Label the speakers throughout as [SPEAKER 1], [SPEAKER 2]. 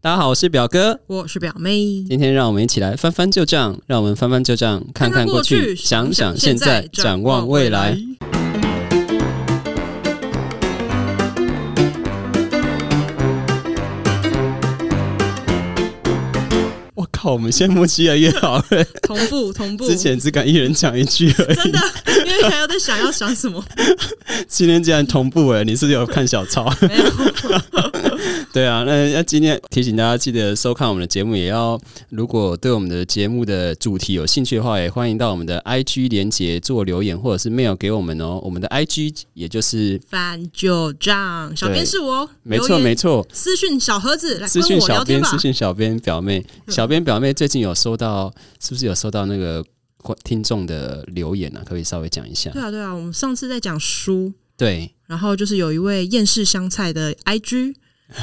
[SPEAKER 1] 大家好，我是表哥。
[SPEAKER 2] 我是表妹。
[SPEAKER 1] 今天让我们一起来翻翻旧账，让我们翻翻旧账，看看过去，想想现在，展望未来。。我靠，我们现在默契越来越好 了。
[SPEAKER 2] 同步，同步。
[SPEAKER 1] 之前只敢一人讲一句 而
[SPEAKER 2] 真
[SPEAKER 1] 已
[SPEAKER 2] 的，， 因为还要在想要想什 么，
[SPEAKER 1] 今天竟然同步哎！你是不是有看小抄？
[SPEAKER 2] 没有
[SPEAKER 1] 对啊，那那今天提醒大家，记得收看我们的节目，也要如果对我们的节目的主题有兴趣的话，也欢迎到我们的 IG 连接做留言，或者是 mail 给我们哦。我们的 IG 也就是
[SPEAKER 2] 翻旧账。小编是我，
[SPEAKER 1] 没错没
[SPEAKER 2] 错。
[SPEAKER 1] 错，
[SPEAKER 2] 私讯小盒子来
[SPEAKER 1] 私
[SPEAKER 2] 跟
[SPEAKER 1] 讯
[SPEAKER 2] 我聊
[SPEAKER 1] 小
[SPEAKER 2] 天
[SPEAKER 1] 编，
[SPEAKER 2] 吧嗯
[SPEAKER 1] 私。讯小编表妹，小编表妹最近有收到，是不是有收到那个听众的留言啊？可不可以稍微讲一下
[SPEAKER 2] 对。啊对啊，我们上次在讲书，
[SPEAKER 1] 对，
[SPEAKER 2] 然后就是有一位厌世香菜的 IG，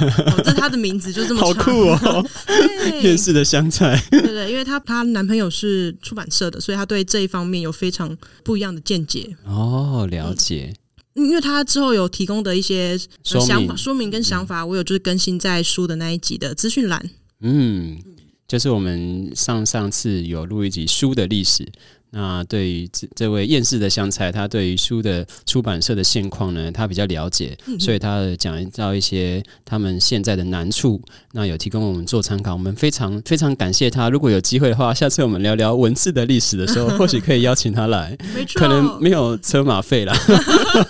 [SPEAKER 2] 哦这他的名字就这么
[SPEAKER 1] 好
[SPEAKER 2] 长，
[SPEAKER 1] 酷哦，
[SPEAKER 2] 对
[SPEAKER 1] 厌世的香 菜。
[SPEAKER 2] 对对对，因为她她男朋友是出版社的，所以她对这一方面有非常不一样的见解。
[SPEAKER 1] 哦，了解，
[SPEAKER 2] 因为他之后有提供的一些
[SPEAKER 1] 说
[SPEAKER 2] 呃想
[SPEAKER 1] 明
[SPEAKER 2] 法、，说明跟想法，我有就是更新在书的那一集的资讯栏。
[SPEAKER 1] 嗯，就是我们上上次有录一集书的历史。那对于这这位厌世的香菜，他对于书的出版社的现况呢，他比较了解，所以他讲到一些他们现在的难处，那有提供我们做参考。我们非常非常感谢他。如果有机会的话，下次我们聊聊文字的历史的时候，或许可以邀请他来。
[SPEAKER 2] 没错，
[SPEAKER 1] 可能没有车马费啦。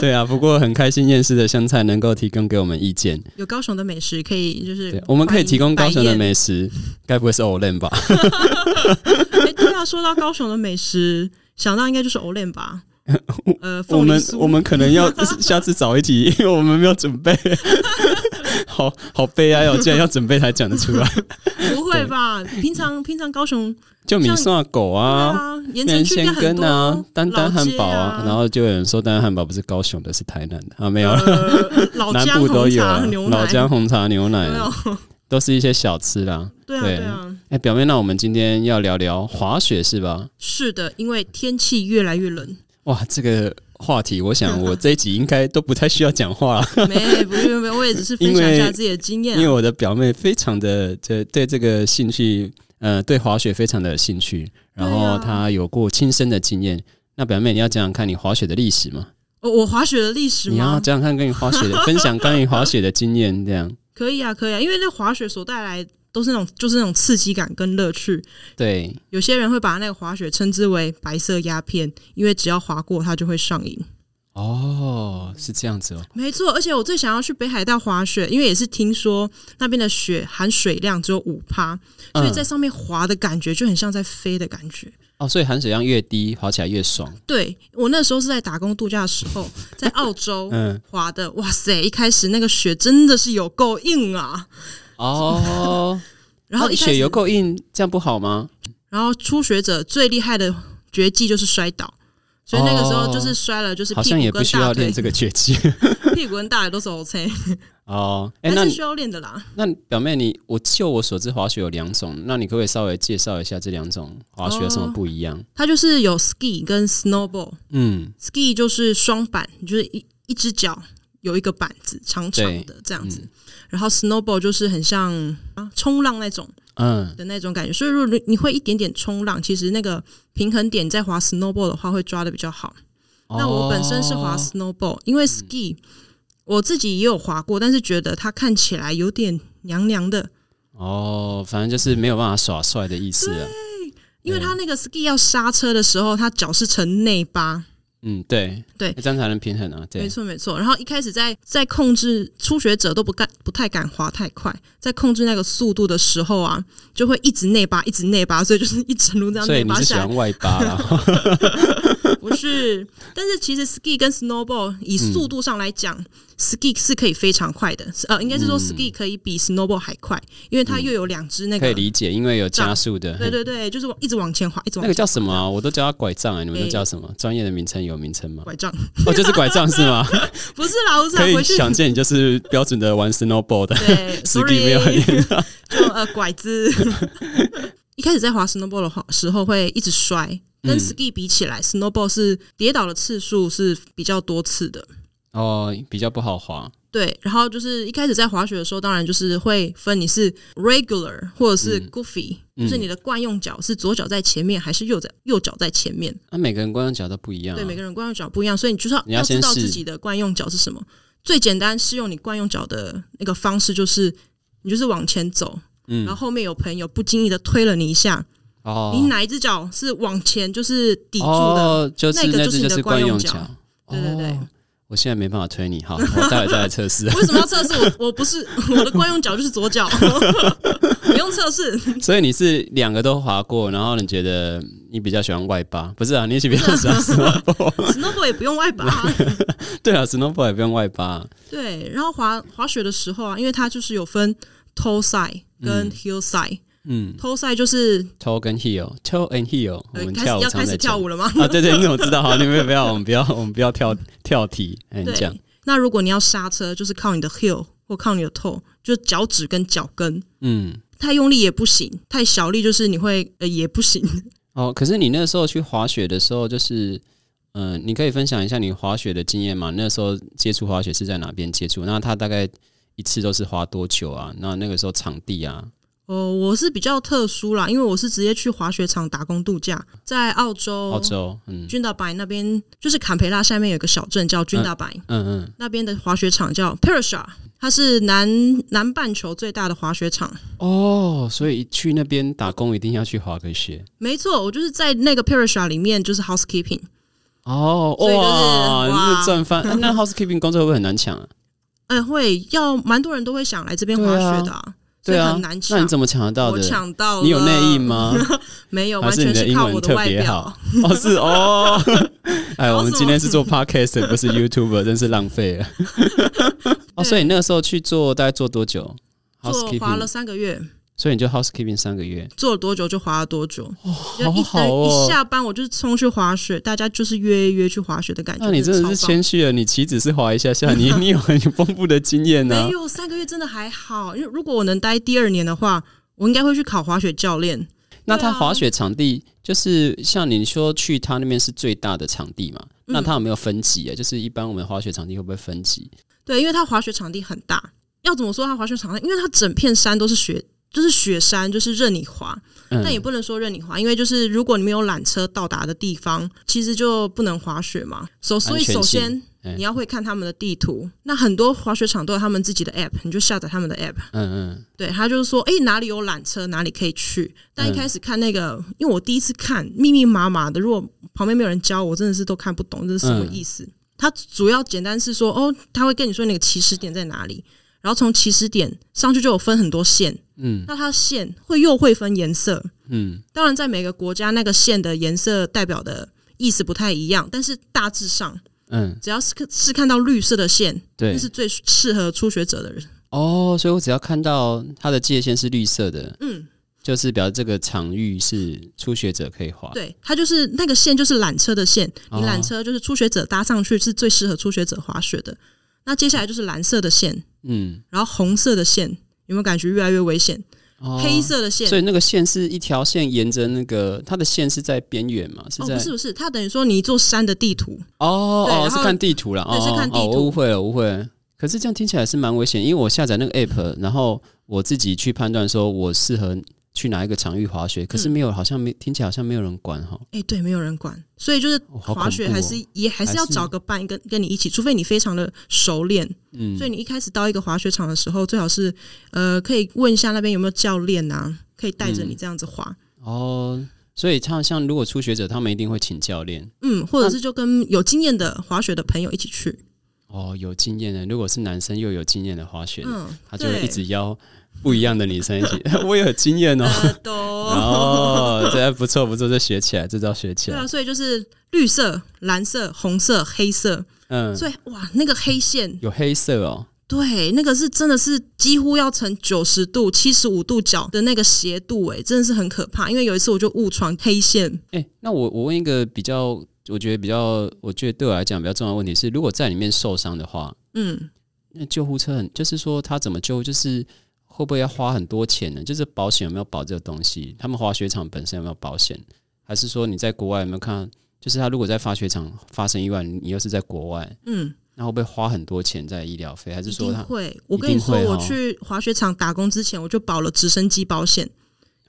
[SPEAKER 1] 对啊，不过很开心厌世的香菜能够提供给我们意见。
[SPEAKER 2] 有高雄的美食可以就是
[SPEAKER 1] 对，我们可以提供高雄的
[SPEAKER 2] 摆宴。
[SPEAKER 1] 美食，该不会是 Olen 吧？
[SPEAKER 2] 哎，对啊，说到高雄的美食，想到应该就是 Olen 吧？呃，
[SPEAKER 1] 我
[SPEAKER 2] 凤梨
[SPEAKER 1] 们
[SPEAKER 2] 酥
[SPEAKER 1] 我们可能要 下次找一集，因为我们没有准备， 好好悲 哀哦，竟然要准备才讲得出来。
[SPEAKER 2] 不会吧？平常平常高雄
[SPEAKER 1] 就米蒜狗啊，
[SPEAKER 2] 啊，盐城
[SPEAKER 1] 面
[SPEAKER 2] 区应该
[SPEAKER 1] 线
[SPEAKER 2] 很
[SPEAKER 1] 羹
[SPEAKER 2] 多
[SPEAKER 1] 啊，丹丹汉堡
[SPEAKER 2] 啊，
[SPEAKER 1] 然后就有人说丹丹汉堡不是高雄的，是台南的啊，没有，
[SPEAKER 2] 呃老
[SPEAKER 1] 南
[SPEAKER 2] 姜
[SPEAKER 1] 部都
[SPEAKER 2] 红
[SPEAKER 1] 有
[SPEAKER 2] 茶
[SPEAKER 1] 啊
[SPEAKER 2] 牛，奶，啊
[SPEAKER 1] 老姜红茶牛奶
[SPEAKER 2] 没有，
[SPEAKER 1] 都是一些小吃啦。
[SPEAKER 2] 对啊
[SPEAKER 1] 对
[SPEAKER 2] 对啊，
[SPEAKER 1] 哎，表妹，那我们今天要聊聊滑雪是吧？
[SPEAKER 2] 是的，因为天气越来越 冷，
[SPEAKER 1] 哇，这个话题，我想我这一集应该都不太需要讲话了，
[SPEAKER 2] 没不是没有，我也只是分享一下自己的经验
[SPEAKER 1] 因
[SPEAKER 2] 啊、
[SPEAKER 1] 为我的表妹非常的这对这个兴趣，呃，对滑雪非常的有兴趣，然
[SPEAKER 2] 对
[SPEAKER 1] 后
[SPEAKER 2] 啊
[SPEAKER 1] 她有过亲身的经验。那表妹，你要讲讲看你滑雪的历史吗？
[SPEAKER 2] 我哦我滑雪的历史
[SPEAKER 1] 你要
[SPEAKER 2] 吗？
[SPEAKER 1] 讲讲看跟你滑雪的分享关于滑雪的经验，这样
[SPEAKER 2] 可以啊，可以啊，因为那滑雪所带来都是那种就是那种刺激感跟乐趣。
[SPEAKER 1] 对
[SPEAKER 2] 有些人会把那个滑雪称之为白色鸦片，因为只要滑过它就会上瘾。
[SPEAKER 1] 哦，是这样子哦，
[SPEAKER 2] 没错，而且我最想要去北海道滑雪，因为也是听说那边的雪含水量只有五趴，所以在
[SPEAKER 1] 嗯、
[SPEAKER 2] 上面滑的感觉就很像在飞的感觉。
[SPEAKER 1] 哦，所以含水量越低，滑起来越 爽，
[SPEAKER 2] 对我那时候是在打工度假的时 候，在澳洲
[SPEAKER 1] 嗯，
[SPEAKER 2] 滑的，哇塞！一开始那个雪真的是有够硬啊，
[SPEAKER 1] 哦，
[SPEAKER 2] 然后
[SPEAKER 1] 那
[SPEAKER 2] 一开
[SPEAKER 1] 雪
[SPEAKER 2] 始
[SPEAKER 1] 油够硬，这样不好吗？
[SPEAKER 2] 然后初学者最厉害的绝技就是摔倒，所以那个时候就是摔了，就是
[SPEAKER 1] 哦好
[SPEAKER 2] 屁
[SPEAKER 1] 像也
[SPEAKER 2] 股
[SPEAKER 1] 不
[SPEAKER 2] 跟
[SPEAKER 1] 需要
[SPEAKER 2] 大
[SPEAKER 1] 练
[SPEAKER 2] 腿，
[SPEAKER 1] 这个绝技
[SPEAKER 2] 屁股跟大腿都是 OK，
[SPEAKER 1] 哦。哎、
[SPEAKER 2] 但
[SPEAKER 1] 那
[SPEAKER 2] 是
[SPEAKER 1] 你
[SPEAKER 2] 需要练的啦。
[SPEAKER 1] 那表妹你，我就我所知，滑雪有两种，那你可不可以稍微介绍一下这两种滑雪有什么
[SPEAKER 2] 哦
[SPEAKER 1] 不一样？
[SPEAKER 2] 它就是有 ski 跟 snowball，ski
[SPEAKER 1] 嗯，
[SPEAKER 2] 就是双板，就是一一只脚有一个板子，长长的这样子。然后 snowball 就是很像啊冲浪那种
[SPEAKER 1] 嗯，
[SPEAKER 2] 的那种感觉，所以如果你会一点点冲浪，其实那个平衡点在滑 snowball 的话会抓的比较好。那我本身是滑
[SPEAKER 1] 哦
[SPEAKER 2] snowboard，因为 ski、我自己也有滑过，但是觉得它看起来有点娘娘的，
[SPEAKER 1] 哦，反正就是没有办法耍帅的意思啊。
[SPEAKER 2] 因为它那个 ski 要刹车的时候，它脚是呈内八。
[SPEAKER 1] 嗯，对
[SPEAKER 2] 对
[SPEAKER 1] 这样才能平衡啊。
[SPEAKER 2] 没
[SPEAKER 1] 对，
[SPEAKER 2] 错没错，然后一开始在在控制初学者都不敢不太敢滑太快，在控制那个速度的时候啊，就会一直内八一直内八，所以就是一整路这样
[SPEAKER 1] 所以
[SPEAKER 2] 内
[SPEAKER 1] 你
[SPEAKER 2] 八
[SPEAKER 1] 是喜
[SPEAKER 2] 下来
[SPEAKER 1] 欢外八啦。
[SPEAKER 2] 不是，但是其实 ski 跟 snowboard 以
[SPEAKER 1] 嗯
[SPEAKER 2] 速度上来讲、s k i 是可以非常快的，呃，应该
[SPEAKER 1] 嗯
[SPEAKER 2] 是说 ski 可以比 snowboard 还快，因为它又有两 只那
[SPEAKER 1] 可
[SPEAKER 2] 个
[SPEAKER 1] 以，理解，因为有加速的。
[SPEAKER 2] 对对对，就是往一直往前滑，一直
[SPEAKER 1] 那
[SPEAKER 2] 往
[SPEAKER 1] 个
[SPEAKER 2] 前
[SPEAKER 1] 叫什么啊？我都叫它拐杖哎，你们都
[SPEAKER 2] 诶
[SPEAKER 1] 叫什么？专业的名称有名称吗？
[SPEAKER 2] 拐杖，
[SPEAKER 1] 哦，就是拐杖是 吗？
[SPEAKER 2] 不是啦，不是啦，
[SPEAKER 1] 可以
[SPEAKER 2] 回去
[SPEAKER 1] 想见你就是标准的玩 snowboard 的。
[SPEAKER 2] 对
[SPEAKER 1] ski 没有很
[SPEAKER 2] ，sorry，就 呃拐子。 一开始在滑 snowboard 的话时候会一直摔，
[SPEAKER 1] 嗯
[SPEAKER 2] 跟 ski 比起来、s n o w b a l l 是跌倒的次数是比较多次的。
[SPEAKER 1] 哦，比较不好滑。
[SPEAKER 2] 对，然后就是一开始在滑雪的时候，当然就是会分你是 regular 或者
[SPEAKER 1] 嗯
[SPEAKER 2] 是 goofy，、就是你的惯用脚是左脚在前面还是右脚右脚在前面。
[SPEAKER 1] 那、啊每个人观众角都不一样、啊，
[SPEAKER 2] 对，每个人惯用脚不一样，所以你就是要
[SPEAKER 1] 你要
[SPEAKER 2] 知
[SPEAKER 1] 先
[SPEAKER 2] 道
[SPEAKER 1] 试
[SPEAKER 2] 自己的惯用脚是什么。最简单适用你惯用脚的那个方式就是，你就是往前走，
[SPEAKER 1] 嗯
[SPEAKER 2] 然后后面有朋友不经意的推了你一下，
[SPEAKER 1] 哦，
[SPEAKER 2] 你哪一只脚是往前就是抵住的，
[SPEAKER 1] 哦，就是
[SPEAKER 2] 那个
[SPEAKER 1] 那
[SPEAKER 2] 就是
[SPEAKER 1] 只
[SPEAKER 2] 你的
[SPEAKER 1] 就是
[SPEAKER 2] 惯
[SPEAKER 1] 惯
[SPEAKER 2] 用
[SPEAKER 1] 用
[SPEAKER 2] 脚
[SPEAKER 1] 脚，
[SPEAKER 2] 对对对
[SPEAKER 1] 哦我现在没办法推 你，好，我待会再来测试。啊
[SPEAKER 2] 为什么要测试我？我不是 我的惯用脚就是左脚， 不用测试。
[SPEAKER 1] 所以你是两个都滑过，然后你觉得你比较喜欢外八？不是啊，你喜比较 喜欢 snowboard？
[SPEAKER 2] Snowboard 也不用外拔、
[SPEAKER 1] 对啊，snowboard 也不用外八。
[SPEAKER 2] 对。然后滑滑雪的时候啊，因为它就是有分 toe side 跟 heel side、
[SPEAKER 1] 嗯
[SPEAKER 2] toe side 就是
[SPEAKER 1] ，toe 跟 heel，toe and heel，我
[SPEAKER 2] 呃
[SPEAKER 1] 们
[SPEAKER 2] 开始
[SPEAKER 1] 跳舞
[SPEAKER 2] 要
[SPEAKER 1] 常
[SPEAKER 2] 开
[SPEAKER 1] 在
[SPEAKER 2] 始跳
[SPEAKER 1] 讲
[SPEAKER 2] 舞了吗？
[SPEAKER 1] 啊，对对，你怎么知道？好，你们不要，我们不要，我们不要跳跳题。哎，你讲
[SPEAKER 2] 对，。那如果你要刹车，就是靠你的 heel 或靠你的 toe，就是脚趾跟脚跟。
[SPEAKER 1] 嗯，
[SPEAKER 2] 太用力也不行，太小力就是你会呃也不行。
[SPEAKER 1] 哦，可是你那时候去滑雪的时候，就是，嗯、你可以分享一下你滑雪的经验吗？那时候接触滑雪是在哪边接触？那他大概一次都是滑多久啊？那那个时候场地啊，
[SPEAKER 2] 哦，我是比较特殊啦，因为我是直接去滑雪场打工度假，在澳洲。
[SPEAKER 1] 澳洲，嗯
[SPEAKER 2] 君达白那边就是坎培拉下面有个小镇叫君达白，
[SPEAKER 1] 嗯嗯，
[SPEAKER 2] 那边的滑雪场叫 Parasha，它是南南半球最大的滑雪场。
[SPEAKER 1] 哦，所以去那边打工一定要去滑个雪。
[SPEAKER 2] 没错，我就是在那个 Parasha 里面就是 housekeeping，
[SPEAKER 1] 哦，
[SPEAKER 2] 所以就是
[SPEAKER 1] 哇，你
[SPEAKER 2] 哇
[SPEAKER 1] 是赚翻、啊那 housekeeping 工作会不会很难抢啊？
[SPEAKER 2] 哎、会要蛮多人都会想来这边滑雪的、啊，所
[SPEAKER 1] 对
[SPEAKER 2] 以
[SPEAKER 1] 啊，
[SPEAKER 2] 很难抢。
[SPEAKER 1] 那你怎么抢得到
[SPEAKER 2] 我
[SPEAKER 1] 的？
[SPEAKER 2] 抢到了，
[SPEAKER 1] 你有内应？吗？
[SPEAKER 2] 没有，
[SPEAKER 1] 还
[SPEAKER 2] 完
[SPEAKER 1] 是你
[SPEAKER 2] 全
[SPEAKER 1] 的
[SPEAKER 2] 是
[SPEAKER 1] 英
[SPEAKER 2] 靠
[SPEAKER 1] 文
[SPEAKER 2] 我的
[SPEAKER 1] 特
[SPEAKER 2] 外
[SPEAKER 1] 别
[SPEAKER 2] 表
[SPEAKER 1] 好。？ 哦，是哦。 哎，
[SPEAKER 2] 哦
[SPEAKER 1] 我们今天是
[SPEAKER 2] 嗯
[SPEAKER 1] 做 podcast，的不是 YouTuber，真是浪费 了。哦，所以你那个时候去做，大概做多久
[SPEAKER 2] 做滑了
[SPEAKER 1] ？housekeeping，
[SPEAKER 2] 三个月，
[SPEAKER 1] 所以你就 housekeeping 三个月，
[SPEAKER 2] 做了多久就滑了多久，
[SPEAKER 1] 好
[SPEAKER 2] 就一呃
[SPEAKER 1] 好
[SPEAKER 2] 一
[SPEAKER 1] 哦。
[SPEAKER 2] 下班我就是冲去滑雪，大家就是约一约去滑雪的感觉。
[SPEAKER 1] 那你真的是
[SPEAKER 2] 超棒
[SPEAKER 1] 谦虚了，你岂止是滑一下下， 你你有很丰富的经验啊呢、
[SPEAKER 2] 没有啊三个月真的还好，因为如果我能待第二年的话，我应该会去考滑雪教练。
[SPEAKER 1] 那他
[SPEAKER 2] 对啊
[SPEAKER 1] 滑雪场地就是像你说去他那边是最大的场地嘛？
[SPEAKER 2] 嗯
[SPEAKER 1] 那他有没有分级啊？就是一般我们滑雪场地会不会分级？
[SPEAKER 2] 对，因为它滑雪场地很大，要怎么说它滑雪场地？因为它整片山都是雪，就是雪山，就是任你滑，
[SPEAKER 1] 嗯
[SPEAKER 2] 但也不能说任你滑，因为就是如果你没有缆车到达的地方，其实就不能滑雪嘛。所、所以
[SPEAKER 1] 安全
[SPEAKER 2] 首
[SPEAKER 1] 性
[SPEAKER 2] 先。
[SPEAKER 1] 嗯
[SPEAKER 2] 你要会看他们的地图，那很多滑雪场都有他们自己的 app，你就下载他们的 app，
[SPEAKER 1] 嗯嗯，
[SPEAKER 2] 对他就是说，哎、哪里有缆车，哪里可以去。但一
[SPEAKER 1] 嗯
[SPEAKER 2] 开始看那个，因为我第一次看，密密麻麻的，如果旁边没有人教我，真的是都看不懂这是什么
[SPEAKER 1] 嗯
[SPEAKER 2] 意思。它主要简单是说，哦，他会跟你说那个起始点在哪里，然后从起始点上去就有分很多线，
[SPEAKER 1] 嗯，
[SPEAKER 2] 那它的线会又会分颜色，
[SPEAKER 1] 嗯，
[SPEAKER 2] 当然在每个国家那个线的颜色代表的意思不太一样，但是大致上
[SPEAKER 1] 嗯，
[SPEAKER 2] 只要是是看到绿色的线，
[SPEAKER 1] 对
[SPEAKER 2] 那。是最适合初学者的人。
[SPEAKER 1] 哦，所以我只要看到它的界限是绿色的，
[SPEAKER 2] 嗯。
[SPEAKER 1] 就是表示这个场域是初学者可以滑。
[SPEAKER 2] 对，它就是那个线，就是缆车的线。你
[SPEAKER 1] 哦
[SPEAKER 2] 缆车就是初学者搭上去是最适合初学者滑雪的。那接下来就是蓝色的线，
[SPEAKER 1] 嗯，
[SPEAKER 2] 然后红色的线，有没有感觉越来越危险？
[SPEAKER 1] 哦
[SPEAKER 2] 黑。色的
[SPEAKER 1] 所
[SPEAKER 2] 线。
[SPEAKER 1] 以那个线是一条线，沿着那个它的线是在边缘嘛？是
[SPEAKER 2] 哦，
[SPEAKER 1] 在
[SPEAKER 2] 不是不是，它等于说你一座山的地图，
[SPEAKER 1] 哦
[SPEAKER 2] 对然
[SPEAKER 1] 哦，
[SPEAKER 2] 后
[SPEAKER 1] 是看地图啦。
[SPEAKER 2] 对
[SPEAKER 1] 哦
[SPEAKER 2] 是看地
[SPEAKER 1] 哦
[SPEAKER 2] 图
[SPEAKER 1] 我误会了，误会了。可是这样听起来是蛮危险，因为我下载那个 app，然后我自己去判断说我适合去哪一个场域滑雪，可是
[SPEAKER 2] 嗯
[SPEAKER 1] 没有，好像没听起来好像没有人管哈。
[SPEAKER 2] 哎、对，没有人管，所以就是
[SPEAKER 1] 哦好恐怖
[SPEAKER 2] 滑雪还是、
[SPEAKER 1] 哦
[SPEAKER 2] 也还是要
[SPEAKER 1] 还是
[SPEAKER 2] 找个伴跟跟你一起，除非你非常的熟练。
[SPEAKER 1] 嗯
[SPEAKER 2] 所以你一开始到一个滑雪场的时候，最好是呃可以问一下那边有没有教练啊，可以带
[SPEAKER 1] 嗯
[SPEAKER 2] 着你这样子滑。
[SPEAKER 1] 哦，所以像像如果初学者，他们一定会请教练。
[SPEAKER 2] 嗯，或者是就跟有经验的滑雪的朋友一起去。
[SPEAKER 1] 哦，有经验的，如果是男生又有经验的滑雪，
[SPEAKER 2] 嗯，
[SPEAKER 1] 他就会
[SPEAKER 2] 对
[SPEAKER 1] 一直邀不一样的女生一起。 我也有经验哦，
[SPEAKER 2] 呃 都
[SPEAKER 1] 哦，这还不错不错，这学起来，这招学起
[SPEAKER 2] 对
[SPEAKER 1] 来
[SPEAKER 2] 啊，。所以就是绿色、蓝色、红色、黑色，
[SPEAKER 1] 嗯，
[SPEAKER 2] 所以哇，那个黑线，
[SPEAKER 1] 有黑色哦，
[SPEAKER 2] 对，那个是真的是几乎要成九十度、七十五度角的那个斜度、欸，真的是很可怕。因为有一次我就误闯黑线，
[SPEAKER 1] 哎、那我我问一个比较，我觉得比较，我觉得对我来讲比较重要的问题是，如果在里面受伤的话，
[SPEAKER 2] 嗯，
[SPEAKER 1] 那救护车很，就是说他怎么救，就是会不会要花很多钱呢？就是保险有没有保这个东西？他们滑雪场本身有没有保险？还是说你在国外有没有看？就是他如果在滑雪场发生意外，你你又是在国外，
[SPEAKER 2] 嗯，
[SPEAKER 1] 那会不会花很多钱在医疗费？还是
[SPEAKER 2] 一
[SPEAKER 1] 说
[SPEAKER 2] 定
[SPEAKER 1] 他
[SPEAKER 2] 会。我跟你说，
[SPEAKER 1] 一定会哦
[SPEAKER 2] 我去滑雪场打工之前，我就保了直升机保险，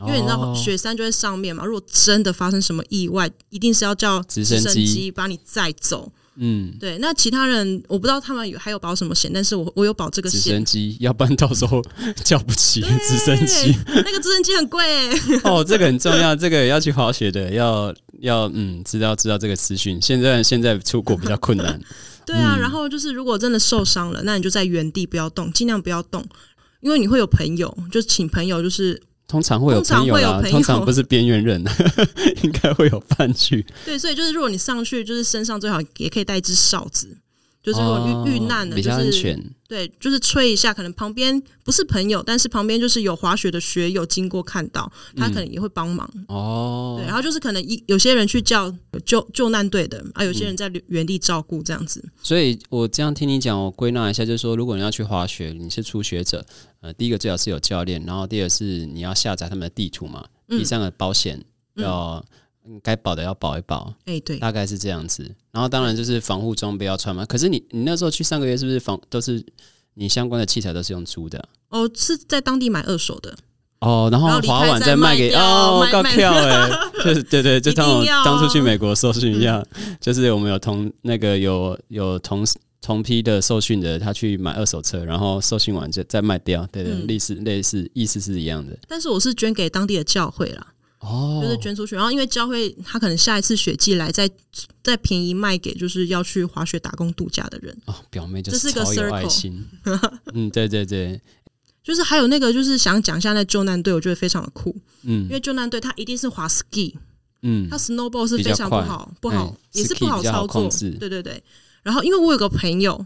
[SPEAKER 2] 因为你知道
[SPEAKER 1] 哦
[SPEAKER 2] 雪山就在上面嘛。如果真的发生什么意外，一定是要叫
[SPEAKER 1] 直
[SPEAKER 2] 直
[SPEAKER 1] 升
[SPEAKER 2] 升
[SPEAKER 1] 机
[SPEAKER 2] 机把你载走。
[SPEAKER 1] 嗯，
[SPEAKER 2] 对，那其他人我不知道他们有还有保什么险，但是我我有保这个
[SPEAKER 1] 直
[SPEAKER 2] 险。
[SPEAKER 1] 升机，要不然到时候 叫不起直升 机。
[SPEAKER 2] 对，那个直升机 很贵、欸，
[SPEAKER 1] 哦，这个很重要，这个要去滑雪的要要嗯，知道知道这个资讯。现在现在出国比较困难，
[SPEAKER 2] 对
[SPEAKER 1] 嗯
[SPEAKER 2] 啊。然后就是如果真的受伤了，那你就在原地不要动，尽量不要动，因为你会有朋友，就请朋友就是
[SPEAKER 1] 通常会有朋友啦，
[SPEAKER 2] 通常会有朋友
[SPEAKER 1] 通常不是边缘人， 应该会有伴去。
[SPEAKER 2] 对，所以就是如果你上去，就是身上最好也可以带一支哨子，就是如
[SPEAKER 1] 哦
[SPEAKER 2] 果遇遇难了，
[SPEAKER 1] 比
[SPEAKER 2] 就
[SPEAKER 1] 较安
[SPEAKER 2] 是
[SPEAKER 1] 全。
[SPEAKER 2] 对，就是吹一下，可能旁边不是朋友，但是旁边就是有滑雪的学友经过看到，他可能也会帮忙。
[SPEAKER 1] 嗯哦
[SPEAKER 2] 对，，然后就是可能一有些人去叫救救难队的啊，有些
[SPEAKER 1] 嗯
[SPEAKER 2] 人在原地照顾这样子。
[SPEAKER 1] 所以我这样听你讲，我归纳一下，就是说，如果你要去滑雪，你是初学者，呃，第一个最好是有教练，然后第二是你要下载他们的地图嘛，
[SPEAKER 2] 嗯
[SPEAKER 1] 第三个保险要嗯该保的要保一保，
[SPEAKER 2] 哎、对，
[SPEAKER 1] 大概是这样子。然后当然就是防护装备要穿嘛。可是你你那时候去上个月是不是防都是你相关的器材都是用租的？啊
[SPEAKER 2] 哦，是在当地买二手的，
[SPEAKER 1] 哦，然后
[SPEAKER 2] 然后离开
[SPEAKER 1] 滑完
[SPEAKER 2] 再
[SPEAKER 1] 再卖
[SPEAKER 2] 卖
[SPEAKER 1] 给
[SPEAKER 2] 掉
[SPEAKER 1] 哦
[SPEAKER 2] 卖，
[SPEAKER 1] 高
[SPEAKER 2] 卖
[SPEAKER 1] 跳哎， 就是对 对，就
[SPEAKER 2] 一定
[SPEAKER 1] 当我
[SPEAKER 2] 要啊嗯
[SPEAKER 1] 当初去美国受训一样，就是我们有同那个有有同同批的受训的，他去买二手车，然后受训完就再卖掉，对对，
[SPEAKER 2] 嗯
[SPEAKER 1] 类似类似意思是一样的
[SPEAKER 2] 但是我是捐给当地的教会啦，
[SPEAKER 1] 哦
[SPEAKER 2] 就是捐出去。然后因为教会他可能下一次雪季来再再便宜卖给就是要去滑雪打工度假的人。
[SPEAKER 1] 哦，表妹就
[SPEAKER 2] 这
[SPEAKER 1] 是
[SPEAKER 2] 是个
[SPEAKER 1] 超有爱
[SPEAKER 2] circle
[SPEAKER 1] 心， 嗯，对对对，
[SPEAKER 2] 就是还有那个，就是想讲一下那救难队，我觉得非常的酷，因
[SPEAKER 1] 嗯
[SPEAKER 2] 为救难队它一定是滑 ski，
[SPEAKER 1] 嗯
[SPEAKER 2] 它 snowball 是
[SPEAKER 1] 比较
[SPEAKER 2] 非常不
[SPEAKER 1] 快
[SPEAKER 2] 好，不好
[SPEAKER 1] 嗯
[SPEAKER 2] 也是
[SPEAKER 1] ski
[SPEAKER 2] 不好
[SPEAKER 1] 比较好
[SPEAKER 2] 操作
[SPEAKER 1] 控制，
[SPEAKER 2] 对对对。然后因为我有个朋友，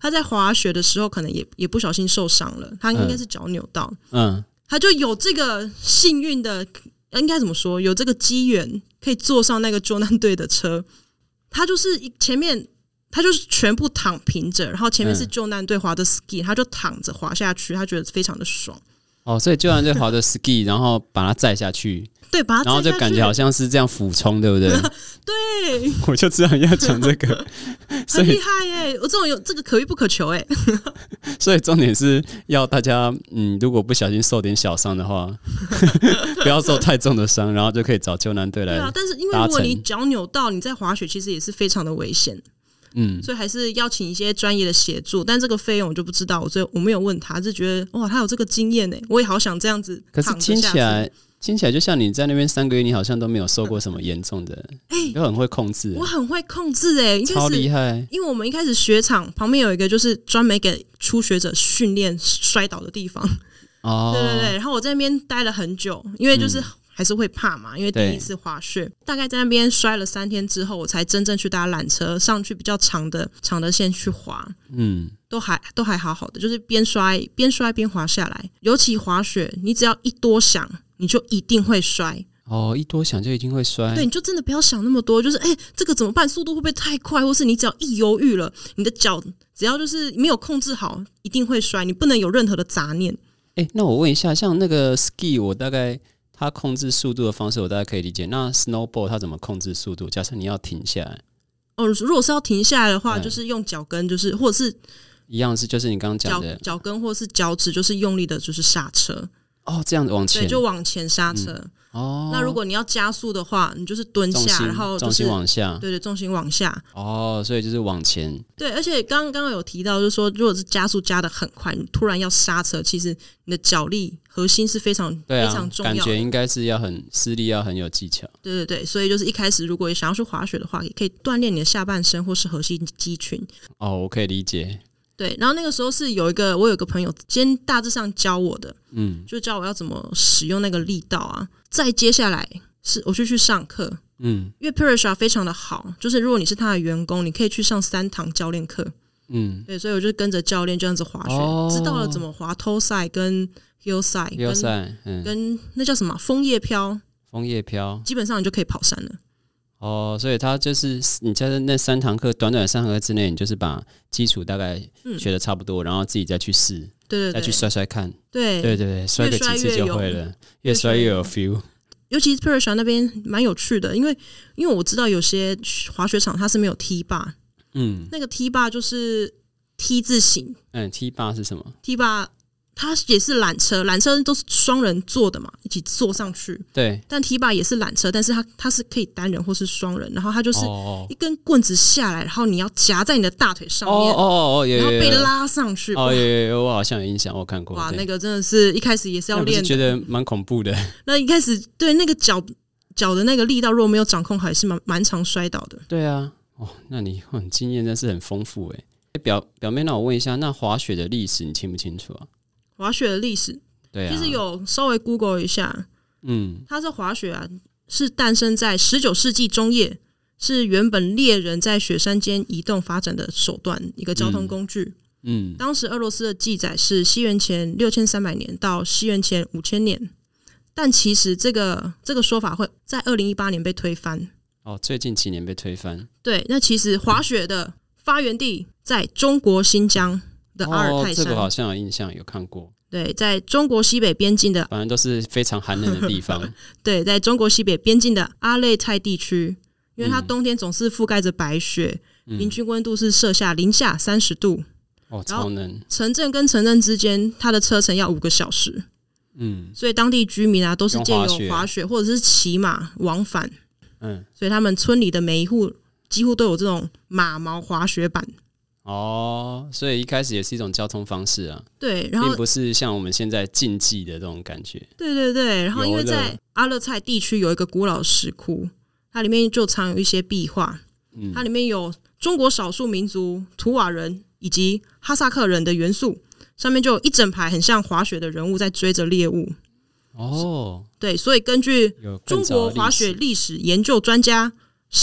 [SPEAKER 2] 他在滑雪的时候可能也也不小心受伤了，他应该
[SPEAKER 1] 嗯
[SPEAKER 2] 是脚扭到，
[SPEAKER 1] 嗯，
[SPEAKER 2] 他就有这个幸运的，呃应该怎么说？有这个机缘可以坐上那个救难队的车。他就是一前面，他就是全部躺平着，然后前面是
[SPEAKER 1] 嗯
[SPEAKER 2] 救难队滑的 ski，他就躺着滑下去，他觉得非常的爽。
[SPEAKER 1] 哦，所以就像在滑着 ski，然后把它载下去，
[SPEAKER 2] 对，把它
[SPEAKER 1] 然后
[SPEAKER 2] 啊载
[SPEAKER 1] 就
[SPEAKER 2] 下
[SPEAKER 1] 感
[SPEAKER 2] 去
[SPEAKER 1] 觉好像是这样俯冲，对不 对？
[SPEAKER 2] 对，
[SPEAKER 1] 我就知道你要讲这 个， 所
[SPEAKER 2] 很
[SPEAKER 1] 以
[SPEAKER 2] 厉害耶、我这种有这个可遇不可求哎、
[SPEAKER 1] 所以重点是要大家，嗯，如果不小心受点小伤的话， 不要受太重的伤，然后就可以找救难队
[SPEAKER 2] 对啊
[SPEAKER 1] 来。。
[SPEAKER 2] 但是因为
[SPEAKER 1] 达
[SPEAKER 2] 如果
[SPEAKER 1] 成
[SPEAKER 2] 你脚扭到，你在滑雪其实也是非常的危险，
[SPEAKER 1] 嗯，
[SPEAKER 2] 所以还是要请一些专业的协助。但这个费用我就不知道，我最我没有问他，就觉得哇，他有这个经验呢、欸我也好想这样子
[SPEAKER 1] 可
[SPEAKER 2] 躺着
[SPEAKER 1] 是
[SPEAKER 2] 下去。
[SPEAKER 1] 听起来，听起来就像你在那边三个月，你好像都没有受过什么严重的，你都很会控制
[SPEAKER 2] 我，很会控制哎、应
[SPEAKER 1] 超
[SPEAKER 2] 该
[SPEAKER 1] 厉
[SPEAKER 2] 哎是
[SPEAKER 1] 害。
[SPEAKER 2] 因为我们一开始雪场旁边有一个就是专门给初学者训练摔倒的地方，
[SPEAKER 1] 哦，嗯
[SPEAKER 2] 对对对。然后我在那边待了很久，因为就是还是会怕嘛，因为第
[SPEAKER 1] 对
[SPEAKER 2] 一次滑雪，大概在那边摔了三天之后，我才真正去搭缆车上去比较长的长的线去滑。
[SPEAKER 1] 嗯，
[SPEAKER 2] 都还都还好好的，就是边摔边摔边滑下来。尤其滑雪，你只要一多想，你就一定会摔。
[SPEAKER 1] 哦，一多想就一定会摔
[SPEAKER 2] 对，。你就真的不要想那么多，就是哎、这个怎么办？速度会不会太快？或是你只要一犹豫了，你的脚只要就是没有控制好，一定会摔。你不能有任何的杂念。
[SPEAKER 1] 哎，那我问一下，像那个 ski，我大概它控制速度的方式，我大概可以理解。那 snowboard 它怎么控制速度？假设你要停下来，
[SPEAKER 2] 哦，如果是要停下来的话，
[SPEAKER 1] 嗯
[SPEAKER 2] 就是用脚跟，就是或者是
[SPEAKER 1] 一样是就是你刚刚讲
[SPEAKER 2] 脚
[SPEAKER 1] 的
[SPEAKER 2] 脚跟或是脚趾，就是用力的，就是刹车，
[SPEAKER 1] 哦，这样子往
[SPEAKER 2] 对，
[SPEAKER 1] 前
[SPEAKER 2] 就往前刹车。
[SPEAKER 1] 哦。
[SPEAKER 2] 那如果你要加速的话，你就是蹲
[SPEAKER 1] 重
[SPEAKER 2] 下，
[SPEAKER 1] 心
[SPEAKER 2] 然后就
[SPEAKER 1] 重
[SPEAKER 2] 是
[SPEAKER 1] 心往下，
[SPEAKER 2] 对对，重心往下，
[SPEAKER 1] 哦，所以就是往前，
[SPEAKER 2] 对，而且刚刚刚有提到，就是说，如果是加速加的很快，你突然要刹车，其实你的脚力核心是非常、
[SPEAKER 1] 对
[SPEAKER 2] 非
[SPEAKER 1] 啊
[SPEAKER 2] 常，重
[SPEAKER 1] 感
[SPEAKER 2] 要
[SPEAKER 1] 觉
[SPEAKER 2] 的。
[SPEAKER 1] 应该是要很施力，要很有技巧。
[SPEAKER 2] 对对对，所以就是一开始如果想要去滑雪的话，也可以锻炼你的下半身或是核心肌群。
[SPEAKER 1] 哦，我可以理解，
[SPEAKER 2] 对，然后那个时候是有一个我有个朋友，先大致上教我的，
[SPEAKER 1] 嗯
[SPEAKER 2] 就教我要怎么使用那个力道啊。再接下来是我就去上课，
[SPEAKER 1] 嗯
[SPEAKER 2] 因为 Perisha 非常的好，就是如果你是他的员工，你可以去上三堂教练课。
[SPEAKER 1] 嗯，
[SPEAKER 2] 对，所以我就跟着教练这样子滑雪，
[SPEAKER 1] 哦
[SPEAKER 2] 知道了怎么滑 toe side 跟 heel side
[SPEAKER 1] 溜
[SPEAKER 2] 跟
[SPEAKER 1] 赛，嗯，
[SPEAKER 2] 跟那叫什么啊枫叶飘，
[SPEAKER 1] 枫叶飘。
[SPEAKER 2] 基本上你就可以跑山了。
[SPEAKER 1] 哦，所以它就是你在那三堂课，短短的三堂课之内，你就是把基础大概
[SPEAKER 2] 嗯
[SPEAKER 1] 学的差不多，然后自己再去试，
[SPEAKER 2] 对
[SPEAKER 1] 再
[SPEAKER 2] 对
[SPEAKER 1] 去
[SPEAKER 2] 对，
[SPEAKER 1] 摔摔看。
[SPEAKER 2] 对
[SPEAKER 1] 对对对，摔个几
[SPEAKER 2] 摔
[SPEAKER 1] 次
[SPEAKER 2] 越
[SPEAKER 1] 就
[SPEAKER 2] 有
[SPEAKER 1] 会了，越摔越有 feel。
[SPEAKER 2] 尤其是 Perisha 那边蛮有趣的，因为因为我知道有些滑雪场它是没有梯坝，
[SPEAKER 1] 嗯
[SPEAKER 2] 那个 T 坝就是 T 字形
[SPEAKER 1] 嗯，T 八是什么？
[SPEAKER 2] ，T 坝它也是缆车，缆车都是双人坐的嘛，一起坐上去。
[SPEAKER 1] 对，
[SPEAKER 2] 但 T 坝也是缆车，但是它它是可以单人或是双人，然后它就是
[SPEAKER 1] 哦
[SPEAKER 2] 一根棍子下来，然后你要夹在你的大腿
[SPEAKER 1] 哦
[SPEAKER 2] 上面，
[SPEAKER 1] 哦哦哦，有
[SPEAKER 2] 然
[SPEAKER 1] 有
[SPEAKER 2] 后
[SPEAKER 1] 有
[SPEAKER 2] 被
[SPEAKER 1] 有
[SPEAKER 2] 拉上 去。
[SPEAKER 1] 哦，有有有，我好像有印象，我看过。
[SPEAKER 2] 哇，
[SPEAKER 1] 对
[SPEAKER 2] 那个真的是一开始也是要
[SPEAKER 1] 那不是
[SPEAKER 2] 练
[SPEAKER 1] 觉
[SPEAKER 2] 的。
[SPEAKER 1] 得蛮恐怖 的。
[SPEAKER 2] 那一开始对那个脚脚的那个力道，如果没有掌控好，也是蛮蛮常摔倒的。
[SPEAKER 1] 对啊，哦，那你哇你经验真是很丰富哎。表表妹，那我问一下，那滑雪的历史你清不清楚啊？
[SPEAKER 2] 滑雪的历史
[SPEAKER 1] 对啊，
[SPEAKER 2] 其实有稍微 Google 一下，
[SPEAKER 1] 嗯
[SPEAKER 2] 它这滑雪啊是诞生在十九世纪中叶，是原本猎人在雪山间移动发展的手段，一个交通工具。
[SPEAKER 1] 嗯
[SPEAKER 2] 当时俄罗斯的记载是西元前六千三百年到西元前五千年，但其实这个这个说法会在二零一八年被推翻。
[SPEAKER 1] 哦，最近几年被推翻
[SPEAKER 2] 对，那其实滑雪的发源地在中国新疆的阿尔
[SPEAKER 1] 哦，
[SPEAKER 2] 泰
[SPEAKER 1] 这
[SPEAKER 2] 山，
[SPEAKER 1] 个好像有印象，有看过，
[SPEAKER 2] 对，在中国西北边境的
[SPEAKER 1] 反正都是非常寒冷的地 方。哦
[SPEAKER 2] 对，在中国西北边境的阿勒泰地区，因为它
[SPEAKER 1] 嗯
[SPEAKER 2] 冬天总是覆盖着白雪，
[SPEAKER 1] 嗯，
[SPEAKER 2] 平均温度是摄下零下三十度。
[SPEAKER 1] 哦，
[SPEAKER 2] 然后
[SPEAKER 1] 超冷，
[SPEAKER 2] 城镇跟城镇之间，它的车程要五个小时，
[SPEAKER 1] 嗯
[SPEAKER 2] 所以当地居民啊都是
[SPEAKER 1] 用
[SPEAKER 2] 借
[SPEAKER 1] 滑
[SPEAKER 2] 由
[SPEAKER 1] 雪
[SPEAKER 2] 滑雪或者是骑马往返，
[SPEAKER 1] 嗯，
[SPEAKER 2] 所以他们村里的每一户几乎都有这种马毛滑雪板。
[SPEAKER 1] 哦，所以一开始也是一种交通方式啊，
[SPEAKER 2] 对，然
[SPEAKER 1] 并
[SPEAKER 2] 后
[SPEAKER 1] 不是像我们现在竞技的这种感觉。
[SPEAKER 2] 对对对，然后因为
[SPEAKER 1] 游乐
[SPEAKER 2] 在阿勒泰地区有一个古老石窟，它里面就藏有一些壁画，
[SPEAKER 1] 嗯
[SPEAKER 2] 它里面有中国少数民族图瓦人以及哈萨克人的元素，上面就有一整排很像滑雪的人物在追着猎物。
[SPEAKER 1] 哦，
[SPEAKER 2] 对，所以根据
[SPEAKER 1] 有更
[SPEAKER 2] 中
[SPEAKER 1] 早
[SPEAKER 2] 国
[SPEAKER 1] 的历
[SPEAKER 2] 滑雪
[SPEAKER 1] 史
[SPEAKER 2] 历史研究专家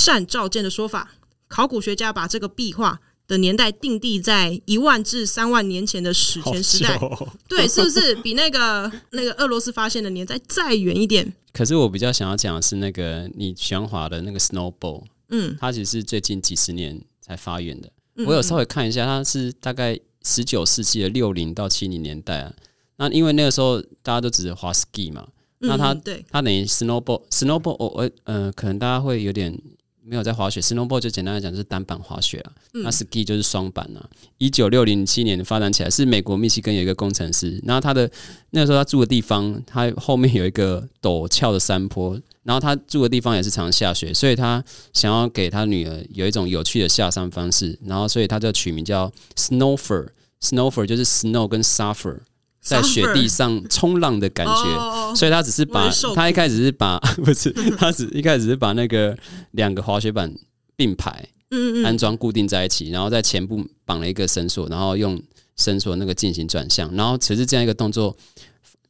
[SPEAKER 2] 单兆健的说法，考古学家把这个壁画的年代定地在一万至三万年前的史
[SPEAKER 1] 好
[SPEAKER 2] 前时代
[SPEAKER 1] 久。哦
[SPEAKER 2] 对，是不是比那个那个俄罗斯发现的年代再远一点？
[SPEAKER 1] 可是我比较想要讲的是那个你喜欢滑的那个 snowball，
[SPEAKER 2] 嗯，
[SPEAKER 1] 它其实是最近几十年才发源的。
[SPEAKER 2] 嗯
[SPEAKER 1] 我有稍微看一下，它是大概十九世纪的六零到七零年代啊。那因为那个时候大家都只是滑 ski 嘛，那
[SPEAKER 2] 嗯
[SPEAKER 1] 它
[SPEAKER 2] 嗯对，
[SPEAKER 1] 它等于 snowball snowball 我我呃，可能大家会有点没有在滑雪，snowball 就简单来讲就是单板滑雪啊，
[SPEAKER 2] 嗯
[SPEAKER 1] 那 ski 就是双板啊。一九六零七年发展起来，是美国密西根有一个工程师，然后他的那时候他住的地方，他后面有一个陡峭的山坡，然后他住的地方也是常下雪，所以他想要给他女儿有一种有趣的下山方式，然后所以他就取名叫 snowfer。snowfer 就是 snow 跟 suffer 在雪地
[SPEAKER 2] Suffer
[SPEAKER 1] 上冲浪的感觉。
[SPEAKER 2] 哦
[SPEAKER 1] 所以他只是
[SPEAKER 2] 我以
[SPEAKER 1] 把
[SPEAKER 2] 为受苦
[SPEAKER 1] 他一开始是把 不是他只一开始是把那个两个滑雪板并排
[SPEAKER 2] 嗯嗯
[SPEAKER 1] 安
[SPEAKER 2] 嗯，
[SPEAKER 1] 装固定在一起，然后在前部绑了一个绳索，然后用绳索那个进行转向，然后只是这样一个动作，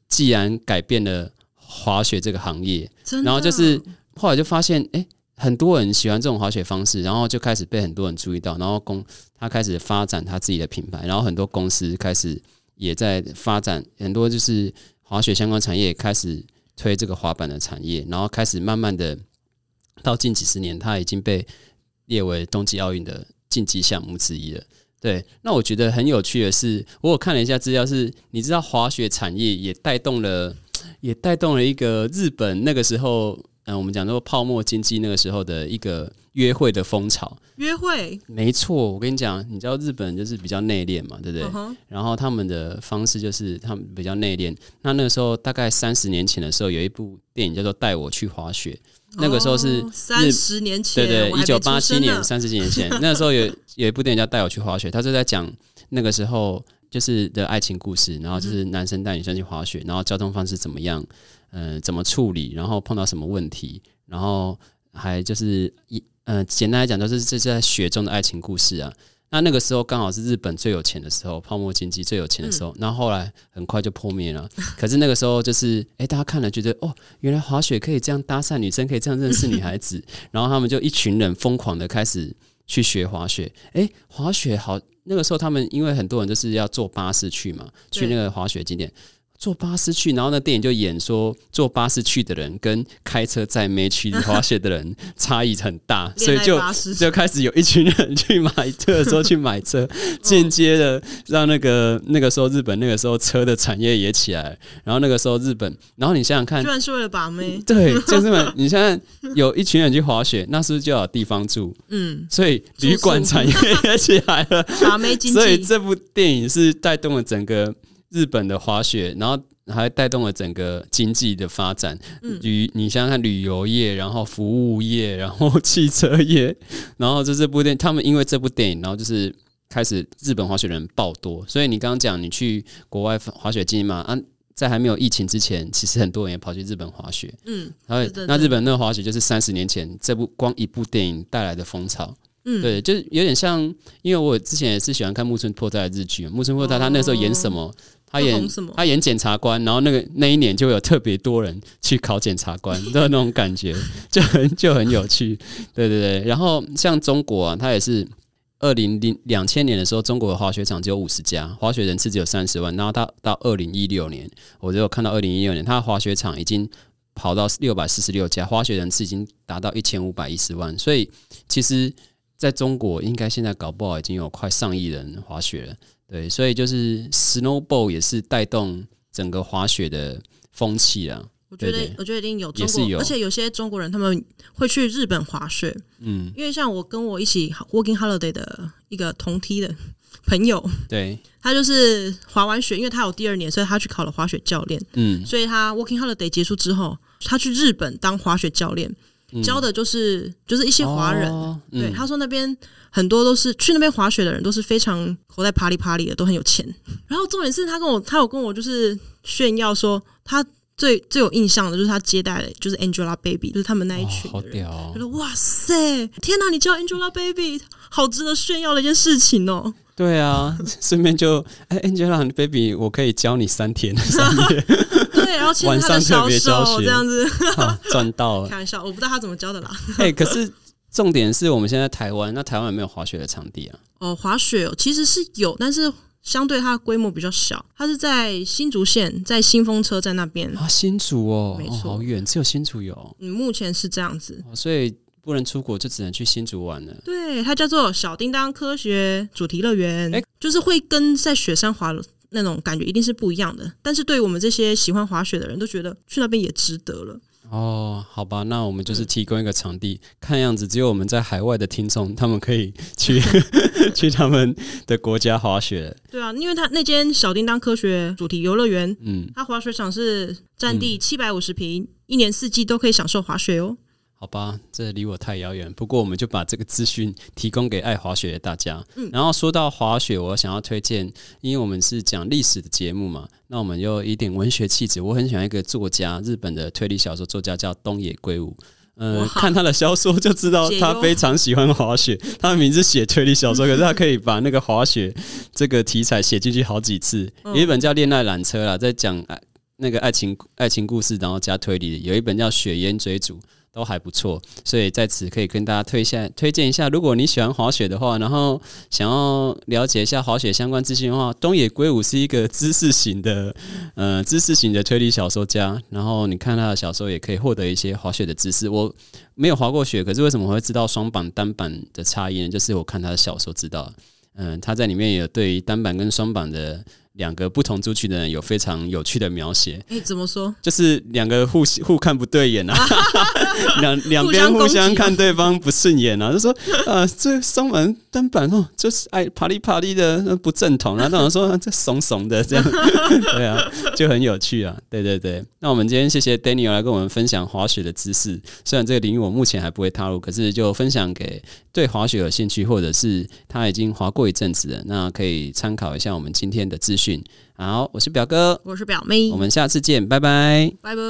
[SPEAKER 1] 既然改变了滑雪这个行业，
[SPEAKER 2] 真的啊
[SPEAKER 1] 然后就是后来就发现，哎、很多人喜欢这种滑雪方式，然后就开始被很多人注意到，然后公他开始发展他自己的品牌，然后很多公司开始也在发展很多就是滑雪相关产业开始推这个滑板的产业，然后开始慢慢的到近几十年，它已经被列为冬季奥运的竞技项目之一了。对，那我觉得很有趣的是，我有看了一下资料是，你知道滑雪产业也带动了，也带动了一个日本那个时候，嗯、我们讲说泡沫经济那个时候的一个约会的风潮。
[SPEAKER 2] 约会，
[SPEAKER 1] 没错，我跟你讲，你知道日本人就是比较内敛嘛，对不对？
[SPEAKER 2] 嗯哼
[SPEAKER 1] 然后他们的方式就是他们比较内敛。那那个时候大概三十年前的时候，有一部电影叫做《带我去滑雪》，那个时候是
[SPEAKER 2] 哦三十年前，
[SPEAKER 1] 对对，
[SPEAKER 2] 我
[SPEAKER 1] 一
[SPEAKER 2] 还没
[SPEAKER 1] 九八
[SPEAKER 2] 出
[SPEAKER 1] 七
[SPEAKER 2] 生呢
[SPEAKER 1] 年，三十几年前，那时候 有有一部电影叫《带我去滑雪》，他就在讲那个时候就是的爱情故事，然后
[SPEAKER 2] 嗯
[SPEAKER 1] 就是男生带女生去滑雪，然后交通方式怎么样，呃，怎么处理，然后碰到什么问题，然后还就是一呃，简单来讲，就是这是在雪中的爱情故事啊。那那个时候刚好是日本最有钱的时候，泡沫经济最有钱的时
[SPEAKER 2] 嗯
[SPEAKER 1] 候。那、后来很快就破灭了。 可是那个时候就是，哎、大家看了觉得，哦，原来滑雪可以这样搭讪女生，可以这样认识女孩子。 然后他们就一群人疯狂的开始去学滑雪。诶，滑雪好，那个时候他们因为很多人就是要坐巴士去嘛，
[SPEAKER 2] 对
[SPEAKER 1] 去那个滑雪景点。坐巴士去，然后那电影就演说坐巴士去的人跟开车在梅区里滑雪的人 差异很大，所以
[SPEAKER 2] 恋爱
[SPEAKER 1] 就
[SPEAKER 2] 巴士
[SPEAKER 1] 就开始有一群人去买车的时候去买 车，
[SPEAKER 2] 嗯
[SPEAKER 1] 间接的让那个那个时候日本那个时候车的产业也起来了，然后那个时候日本，然后你想想看
[SPEAKER 2] 居，然是为了把妹，
[SPEAKER 1] 对，就是嘛你现在有一群人去滑雪，那是不是就有地方住？
[SPEAKER 2] 嗯，
[SPEAKER 1] 所以旅馆产业也起来了，
[SPEAKER 2] 把妹经
[SPEAKER 1] 所以
[SPEAKER 2] 济，
[SPEAKER 1] 这部电影是带动了整个日本的滑雪，然后还带动了整个经济的发展。
[SPEAKER 2] 嗯
[SPEAKER 1] 旅、你想想看，旅游业，然后服务业，然后汽车业，然后就这部电他们因为这部电影，然后就是开始日本滑雪人爆多。所以你刚刚讲你去国外滑雪季嘛，啊，在还没有疫情之前，其实很多人也跑去日本滑雪。
[SPEAKER 2] 嗯
[SPEAKER 1] 然后
[SPEAKER 2] 是的
[SPEAKER 1] 那
[SPEAKER 2] 是
[SPEAKER 1] 日本那个滑雪就是三十年前这部光一部电影带来的风潮。
[SPEAKER 2] 嗯，
[SPEAKER 1] 对，就是有点像，因为我之前也是喜欢看木村拓哉的日剧，木村拓哉他那时候演什么？他
[SPEAKER 2] 哦他
[SPEAKER 1] 演
[SPEAKER 2] 红什么
[SPEAKER 1] 他演检察官，然后那个那一年就有特别多人去考检察官 的那种感觉，就很就很有趣。对对对，然后像中国啊，它也是二零零两千年的时候，中国的滑雪场只有五十家，滑雪人次只有三十万，然后到到二零一六年，我就有看到二零一六年，它的滑雪场已经跑到六百四十六家，滑雪人次已经达到一千五百一十万，所以其实在中国应该现在搞不好已经有快上亿人滑雪了。对，所以就是 snowball 也是带动整个滑雪的风气啊。
[SPEAKER 2] 我觉
[SPEAKER 1] 对
[SPEAKER 2] 得
[SPEAKER 1] 对
[SPEAKER 2] 我觉得一定有
[SPEAKER 1] 也
[SPEAKER 2] 中
[SPEAKER 1] 是
[SPEAKER 2] 国，
[SPEAKER 1] 有
[SPEAKER 2] 而且有些中国人他们会去日本滑雪，
[SPEAKER 1] 嗯，
[SPEAKER 2] 因为像我跟我一起 working holiday 的一个同梯的朋友，
[SPEAKER 1] 对，
[SPEAKER 2] 他就是滑完雪，因为他有第二年，所以他去考了滑雪教练。
[SPEAKER 1] 嗯，
[SPEAKER 2] 所以他 working holiday 结束之后，他去日本当滑雪教练，
[SPEAKER 1] 嗯
[SPEAKER 2] 教的就是就是一些华人。
[SPEAKER 1] 哦
[SPEAKER 2] 对，
[SPEAKER 1] 嗯
[SPEAKER 2] 他说那边很多都是去那边滑雪的人都是非常口袋啪里啪里的，都很有钱。 然后重点是他跟我，他有跟我就是炫耀说，他最最有印象的就是他接待的就是 Angelababy，就是他们那一
[SPEAKER 1] 哦
[SPEAKER 2] 群
[SPEAKER 1] 好
[SPEAKER 2] 的人。
[SPEAKER 1] 屌、哦
[SPEAKER 2] 觉，得哇塞，天哪！你叫 Angelababy，好值得炫耀的一件事情哦。
[SPEAKER 1] 对啊，顺便就哎、a n g e l a baby，我可以教你三天三夜，
[SPEAKER 2] 对，然后牵着他的
[SPEAKER 1] 晚上特
[SPEAKER 2] 小
[SPEAKER 1] 别教
[SPEAKER 2] 手
[SPEAKER 1] 学
[SPEAKER 2] 这样子，
[SPEAKER 1] 哈赚到 了。
[SPEAKER 2] 开玩笑，我不知道他怎么教的啦。
[SPEAKER 1] 哎、可是重点是我们现在台湾，那台湾有没有滑雪的场地啊？
[SPEAKER 2] 哦，滑雪哦其实是有，但是相对它的规模比较小。它是在新竹县，在新丰车站那边，
[SPEAKER 1] 啊，新竹哦，
[SPEAKER 2] 没
[SPEAKER 1] 哦
[SPEAKER 2] 错
[SPEAKER 1] 好远，只有新竹有，哦
[SPEAKER 2] 嗯，目前是这样子。
[SPEAKER 1] 所以不能出国，就只能去新竹玩了。
[SPEAKER 2] 对，它叫做小叮当科学主题乐园，
[SPEAKER 1] 诶
[SPEAKER 2] 就是会跟在雪山滑的那种感觉一定是不一样的。但是对于我们这些喜欢滑雪的人，都觉得去那边也值得了。
[SPEAKER 1] 哦，好吧，那我们就是提供一个场地，看样子只有我们在海外的听众，他们可以去 去他们的国家滑雪。
[SPEAKER 2] 对啊，因为它那间小叮当科学主题游乐园，
[SPEAKER 1] 嗯，
[SPEAKER 2] 它滑雪场是占地七百五十平，一年四季都可以享受滑雪哦。
[SPEAKER 1] 好吧，这离我太遥远。不过我们就把这个资讯提供给爱滑雪的大家。然后说到滑雪，我想要推荐，因为我们是讲历史的节目嘛，那我们又有一点文学气质。我很喜欢一个作家，日本的推理小说作家叫东野圭吾。呃，
[SPEAKER 2] 哇
[SPEAKER 1] 看他的小说就知道
[SPEAKER 2] 解忧
[SPEAKER 1] 他非常喜欢滑雪。他的名字写推理小说，可是他可以把那个滑雪这个题材写进去好几次。有一本叫《恋爱缆车》啦，在讲爱那个爱情爱情故事，然后加推理；有一本叫《雪烟追逐》，都还不错。所以在此可以跟大家推下推荐一下，如果你喜欢滑雪的话，然后想要了解一下滑雪相关资讯的话，东野圭吾是一个知识型的呃知识型的推理小说家。然后你看他的小说，也可以获得一些滑雪的知识。我没有滑过雪，可是为什么会知道双板、单板的差异呢？就是我看他的小说知道。嗯，他在里面有对于单板跟双板的两个不同族群的人有非常有趣的描写。
[SPEAKER 2] 哎，怎么说？
[SPEAKER 1] 就是两个互互看不对眼啊，两两边
[SPEAKER 2] 互相攻击
[SPEAKER 1] 互相看对方不顺眼啊，就说呃，这双板单板哦，就是哎啪哩啪哩的呃不正统啊，那种说啊这怂怂的这样， 对啊，就很有趣啊，对对对。那我们今天谢谢 Daniel 来跟我们分享滑雪的知识，虽然这个领域我目前还不会踏入，可是就分享给对滑雪有兴趣，或者是他已经滑过一阵子的，那可以参考一下我们今天的资讯。好，我是表哥，
[SPEAKER 2] 我是表妹
[SPEAKER 1] 我，们下次见，拜拜。
[SPEAKER 2] 拜拜。